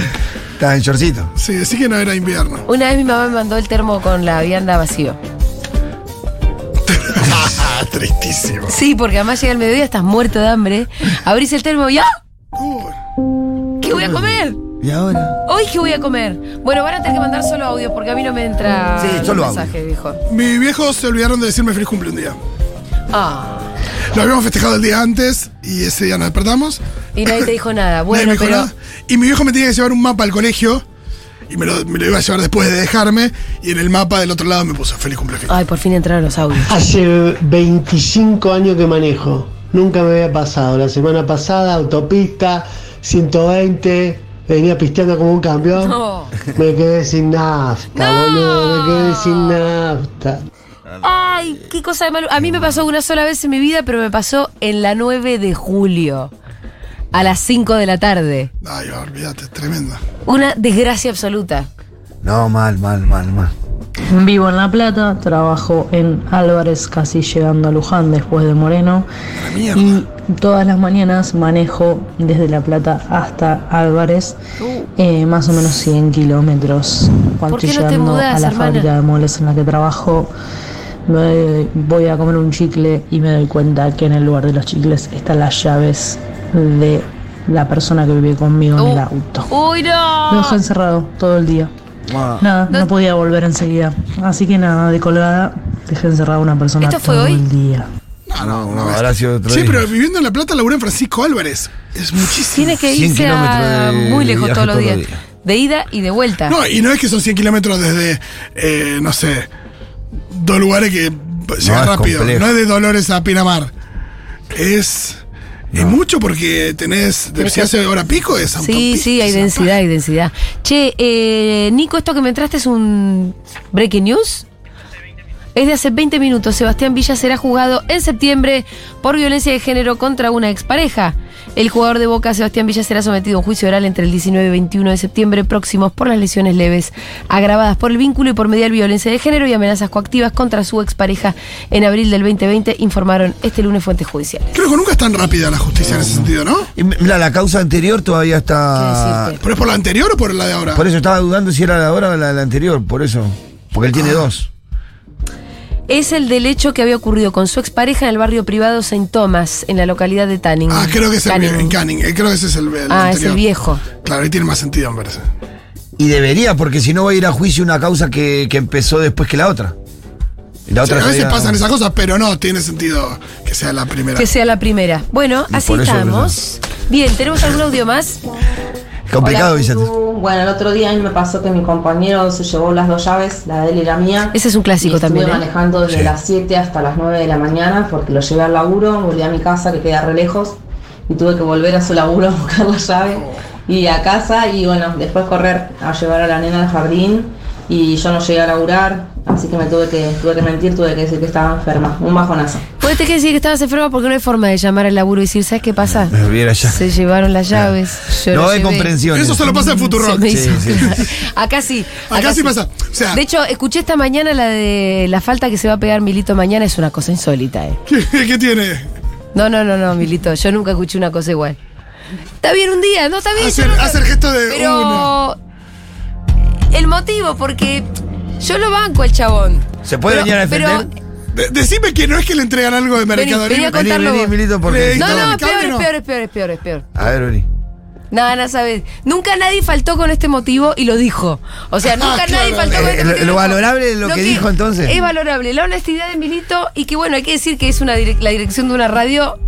Estás en shortcito.
Sí, así que no era invierno.
Una vez mi mamá me mandó el termo con la vianda vacío.
Tristísimo.
Sí, porque además llega el mediodía, estás muerto de hambre. Abrís el termo y ¡ah! ¿Qué voy a comer?
¿Y ahora?
¿Hoy qué voy a comer? Bueno, van a tener que mandar solo audio porque a mí no me entra
Sí,
los
solo audio.
mensajes, viejo.
Mi viejo se olvidaron de decirme feliz cumple un día.
Ah,
Lo habíamos festejado el día antes y ese día nos despertamos.
y nadie te dijo nada.
Nadie
Bueno,
me dijo
pero.
nada. Y mi viejo me tenía que llevar un mapa al colegio y me lo, me lo iba a llevar después de dejarme. Y en el mapa del otro lado me puso feliz cumpleaños.
Ay, por fin entraron los audios.
Hace 25 años que manejo. Nunca me había pasado. La semana pasada, autopista, 120. Venía pisteando como un campeón.
No.
Me quedé sin nafta, boludo. Me quedé sin nafta.
Ay, qué cosa de malo. A mí me pasó una sola vez en mi vida, pero me pasó en la 9 de julio, a las 5 de la tarde.
Ay, olvídate, tremenda.
Una desgracia absoluta.
No, mal, mal, mal, mal.
Vivo en La Plata, trabajo en Álvarez, casi llegando a Luján después de Moreno. Y todas las mañanas manejo desde La Plata hasta Álvarez, eh, más o menos 100 kilómetros. Cuando
¿Por qué
estoy
no te
llegando
mudás,
a la
hermana?
fábrica de muebles en la que trabajo, me- voy a comer un chicle y me doy cuenta que en el lugar de los chicles están las llaves de la persona que vive conmigo en
Oh.
el auto.
¡Uy, no!
Lo dejé encerrado todo el día. Nada, no podía volver enseguida. Así que nada, de colgada dejé encerrada a una persona
¿Esto fue
todo
hoy?
el día.
No, no, habrá sido otro
Sí,
día.
pero viviendo en La Plata laburé en Francisco Álvarez. Es muchísimo.
Tienes que
100
irse a
kilómetros de
muy lejos
viaje
todos los
todos
días.
los
De ida y de vuelta.
No, y no es que son 100 kilómetros desde, eh, no sé, dos lugares que llegan
es
rápido.
complejo.
No es de Dolores a Pinamar. Es, es mucho porque tenés,
Pero
si
que-
hace hora pico es
Sí, sí, hay densidad, hay densidad. Che, eh, Nico, esto que me entraste es un breaking news. Es de hace 20 minutos. Sebastián Villa será juzgado en septiembre por violencia de género contra una expareja. El jugador de Boca, Sebastián Villa, será sometido a un juicio oral entre el 19 y 21 de septiembre próximos por las lesiones leves agravadas por el vínculo y por mediar violencia de género y amenazas coactivas contra su expareja en abril del 2020, informaron este lunes fuentes judiciales.
Creo que nunca es tan rápida la justicia en ese sentido, ¿no?
Y Mira, la causa anterior todavía está.
¿Pero es por la anterior o por la de ahora?
Por eso estaba dudando si era la de ahora o la, la anterior, por eso. Porque él tiene dos.
Es el del hecho que había ocurrido con su expareja en el barrio privado Saint Thomas, en la localidad de Tanning.
Ah, creo que es el vie- en Canning. eh, Creo que ese es el, el
Ah, es
anterior.
el viejo.
Claro, ahí tiene más sentido, me parece.
Y debería, porque si no va a ir a juicio una causa que, que empezó después que la otra. Y La
Sí, a veces
todavía-
pasan esas cosas, pero no tiene sentido que sea la primera.
Que sea la primera. Bueno,
Y
así
por eso
estamos. Bien, ¿tenemos algún audio más?
Complicado,
Hola.
Vicente.
Bueno, el otro día a mí me pasó que mi compañero se llevó las dos llaves, la de él y la mía.
Ese es un clásico
Y estuve
también, ¿eh?
manejando desde
Sí.
las 7 hasta las 9 de la mañana porque lo llevé al laburo, volví a mi casa que queda re lejos. y tuve que volver a su laburo a buscar la llave y a casa y bueno, después correr a llevar a la nena al jardín y yo no llegué a laburar, así que me tuve que, tuve que mentir, tuve que decir que estaba enferma, un bajonazo.
Vos tenés que Pues decir que estabas enferma porque no hay forma de llamar al laburo y decir, ¿sabes qué pasa?
Me hubiera ya- Ah.
Se llevaron las llaves. yo
No
las
hay
llevé".
comprensiones. Eso se lo pasa en Futurock.
Mm, Se me hizo-
Sí, sí.
acá sí.
Acá sí pasa. O sea-
de hecho, escuché esta mañana la de la falta que se va a pegar Milito mañana. Es una cosa insólita, ¿eh?
¿Qué, qué tiene?
No, no, no, no, Milito. Yo nunca escuché una cosa igual. Está bien un día, no está bien.
Hace-
yo nunca-
hace el gesto de
Pero.
uno.
El motivo, porque yo lo banco al chabón.
¿Se puede
Pero-
venir a defender?
pero-
De- decime que no es que le entregan algo de
Vení,
Mercado
vení a
Libre.
contarlo vos.
porque-
No, no, es
¿Cable
peor, es
no?
peor, es peor, es peor, es peor.
A ver, Uri.
Nada, nada sabes. Nunca nadie faltó con este motivo y lo dijo. O sea, nunca
Ah, claro.
nadie faltó con
Eh,
este
lo-
motivo. y
lo
dijo.
valorable es lo que dijo, entonces.
Es valorable. La honestidad de Milito y que bueno, hay que decir que es una direc- la dirección de una radio.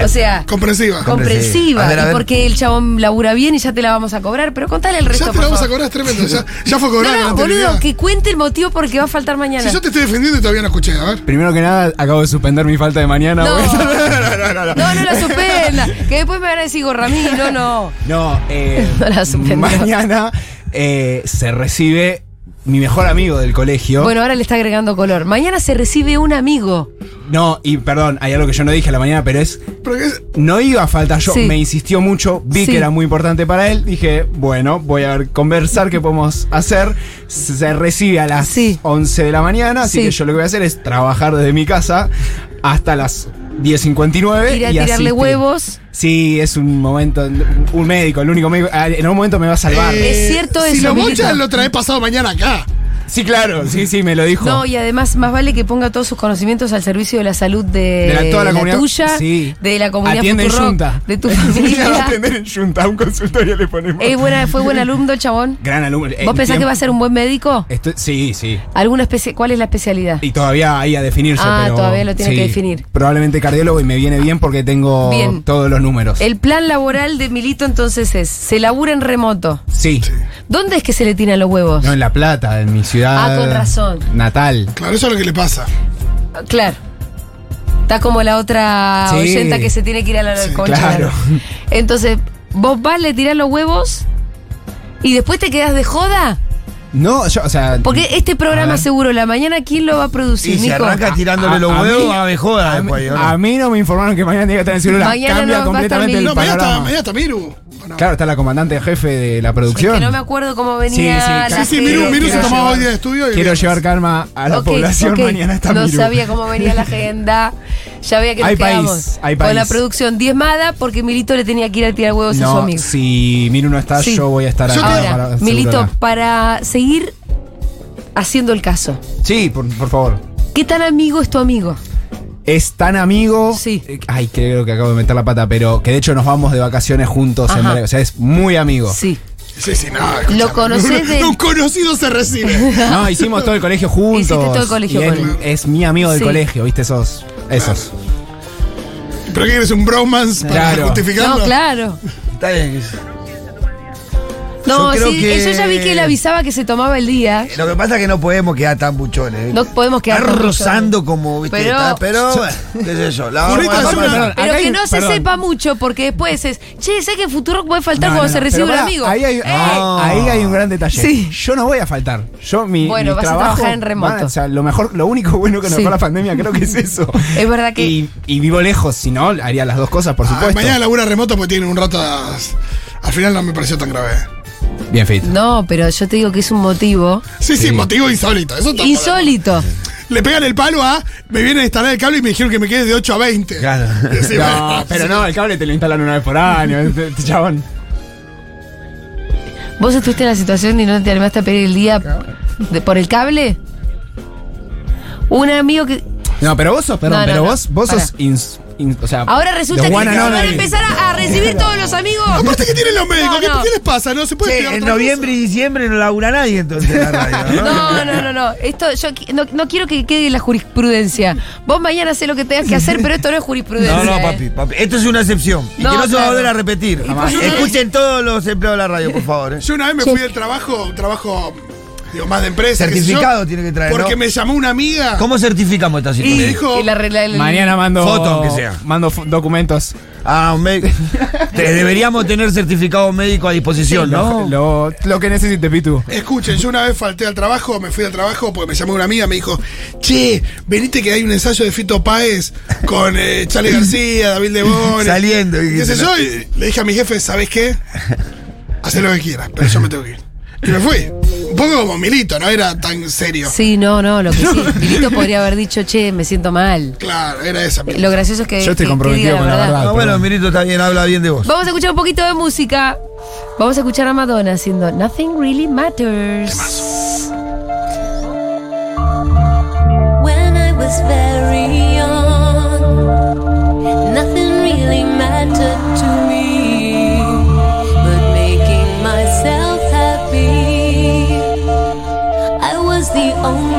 O sea,
Comprensiva.
comprensiva.
A ver, a
y
ver.
porque el chabón labura bien y ya te la vamos a cobrar, pero contale el resto.
Ya te
por
la vamos a
favor.
cobrar, es tremendo. Ya, ya fue cobrada.
No, no,
la anterioridad.
boludo, que cuente el motivo por el que va a faltar mañana.
Si yo te estoy defendiendo y todavía no escuché, a ver.
Primero que nada, acabo de suspender mi falta de mañana.
No.
porque-
No, no la suspenda. que después me van a decir Gorramí, no, no.
No, eh,
No la suspendió.
mañana eh, se recibe mi mejor amigo del colegio.
Bueno, ahora le está agregando color. Mañana se recibe un amigo.
No, y perdón, hay algo que yo no dije a la mañana, pero es. No iba a faltar yo,
Sí.
me insistió mucho, vi
Sí.
que era muy importante para él, dije, bueno, voy a ver, conversar qué podemos hacer. Se recibe a las 11 de la mañana, así
Sí.
que yo lo que voy a hacer es trabajar desde mi casa hasta las 10.59.
Ir a
y
tirarle
asistir.
huevos.
Sí, es un momento, un médico, el único médico, ah, en algún momento me va a salvar.
Eh, Si lo mochas, lo traes pasado mañana acá.
Sí, claro, sí, sí, me lo dijo.
No, y además más vale que ponga todos sus conocimientos al servicio de la salud de,
De la- toda la comunidad,
tuya,
sí.
de la comunidad
Atiende en
Futurock,
Junta.
de tu
Ella va a
familia.
atender en Junta, a un consultorio le ponemos.
Es buena, fue buen alumno el chabón.
Gran alumno.
¿Vos pensás que va a ser un buen médico?
sí, sí.
¿Alguna especie, ¿Cuál es la especialidad?
Y todavía ahí a definirse.
Ah,
pero
todavía lo tiene
sí.
que definir.
Probablemente cardiólogo y me viene bien porque tengo
Bien. Eh,
todos los números.
El plan laboral de Milito entonces es, se labura en remoto.
Sí.
¿Dónde es que se le tiran los huevos?
No en La Plata, en mi ciudad.
Ah, con razón.
Natal.
Claro, eso es lo que le pasa.
Claro. Está como la otra
Sí.
oyenta que se tiene que ir a la concha.
claro.
Entonces, vos vas, le tirás los huevos y después te quedás de joda.
No, yo, o sea.
Porque este
A
programa
ver.
seguro la mañana, ¿quién lo va a producir,
Y si
Nico?
arranca
tirándole los huevos, a Bejoda
A,
después,
mí-
¿o no?
a mí no me informaron que mañana tenía que estar en el celular.
Mañana
Cambia
no va a estar
completamente el
No, mañana está,
panorama.
mañana está Miru.
Claro, está la comandante jefe de la producción.
Que no me acuerdo cómo venía. la
Sí, sí,
gente.
Miru, Miru se
quiero
tomaba
llevar-
hoy día de estudio. y
Quiero
viernes.
llevar calma a la
Ok,
población
ok.
mañana está
No
Miru.
sabía cómo venía la agenda. Ya veía que nos
Hay país,
quedamos
hay
con
país.
la producción diezmada porque Milito le tenía que ir a tirar huevos a su
No,
amigo.
si Miru no está,
Sí.
yo voy a estar acá.
Ahora,
para-
Milito,
seguro.
para seguir haciendo el caso,
Sí, por, por favor.
¿qué tan amigo es tu amigo?
Es tan amigo. eh, Ay, creo que acabo de meter la pata, pero que de hecho nos vamos de vacaciones juntos en
Ajá.
breve. O sea, es muy amigo.
Sí.
Sí, sí, no.
¿Lo conocés de-
Un conocido se recibe.
No, hicimos todo el colegio juntos.
Hiciste todo el colegio
y él
con él.
Es mi amigo del
Sí.
colegio, ¿viste? Esos. Esos.
¿Pero qué eres un bromance para
Claro.
justificarlo?
No, claro.
Está bien.
No,
Yo creo
sí,
que-
yo ya vi que él avisaba que se tomaba el día.
Lo que pasa es que no podemos quedar tan buchones. ¿eh?
No podemos quedar
Está
tan buchones.
rozando como, viste,
Pero-
está- pero, bueno, qué sé yo. La vamos
Ahorita
a
es una-
pasar.
Pero
Acá hay-
que no se
perdón.
sepa mucho, porque después es, che, sé que en futuro puede faltar
No,
cuando
no,
se
no,
recibe
pero
un
pará,
amigo.
Ahí hay,
Eh,
ahí hay un gran detalle.
Sí.
Yo no voy a faltar. Yo mi,
Bueno,
mi
vas a
trabajo,
trabajar en remoto.
va- o sea, lo mejor, lo único bueno que nos
Sí.
dejó la pandemia creo que es eso.
Es verdad que.
Y, y vivo lejos, si no, haría las dos cosas, por
Ah,
supuesto.
mañana labura remoto porque tiene un rato. a- Al final no me pareció tan grave.
Bien, Fit.
No, pero yo te digo que es un motivo.
Sí, sí, motivo insólito. Eso está
Insólito.
Le pegan el palo a. Me vienen a instalar el cable y me dijeron que me quede de 8 a 20. Sí,
No,
bueno.
pero no, el cable te lo instalan una vez por año, este- este chabón.
¿Vos estuviste en la situación y no te animaste a pedir el día de- por el cable? Un amigo que.
No, pero vos sos, perdón,
No, no,
pero
no,
vos, vos sos ins- in- o sea,
Ahora resulta
the
que
one
van
and
a
only.
empezar a, a recibir todos los amigos.
este
Aparte, ¿qué tienen los médicos?
No,
¿Qué,
no.
qué les pasa? No se puede
Che,
pegar
en
otra
noviembre y diciembre no labura nadie entonces en la radio.
No, no, no, no. Esto yo qui- no, no quiero que quede en la jurisprudencia. Vos mañana sé lo que tengas que hacer, pero esto no es jurisprudencia.
No, no,
¿eh?
papi, papi. Esto es una excepción. Y
No,
que no se va a
claro. pues
volver a repetir.
por supuesto-
Escuchen todos los empleados de la radio, por favor. ¿eh?
Yo una vez me fui del trabajo, un trabajo digo, más de empresa. qué sé yo,
Certificado tiene que traer,
Porque
¿no?
me llamó una amiga.
¿Cómo certificamos esta
Y
situación?
dijo.
Y la regla del-
Mañana mando
Foto, aunque sea.
Mando fo- documentos.
Ah, un médico. Te- deberíamos tener certificado médico a disposición,
Sí,
¿no? Ah,
lo- Lo que necesites, Pitu.
Escuchen, yo una vez falté al trabajo, me fui al trabajo porque me llamó una amiga, me dijo, che, venite que hay un ensayo de Fito Páez con eh, Charlie García, David Lebón.
Saliendo, y
Y, qué sé
te
yo,
la-
y le dije a mi jefe, ¿sabes qué? Hacé lo que quieras, pero yo me tengo que ir. Y me fui. Un poco como Milito, no era tan serio.
Sí, no, no, lo que sí. Milito podría haber dicho, che, me siento mal.
Claro, era esa.
Eh, Lo gracioso es que. que- que diga
No, bueno, Mirito está bien, habla bien de vos.
Vamos a escuchar un poquito de música. Vamos a escuchar a Madonna haciendo Nothing Really Matters.
When I was very young, nothing really mattered to me but making myself happy. I was the only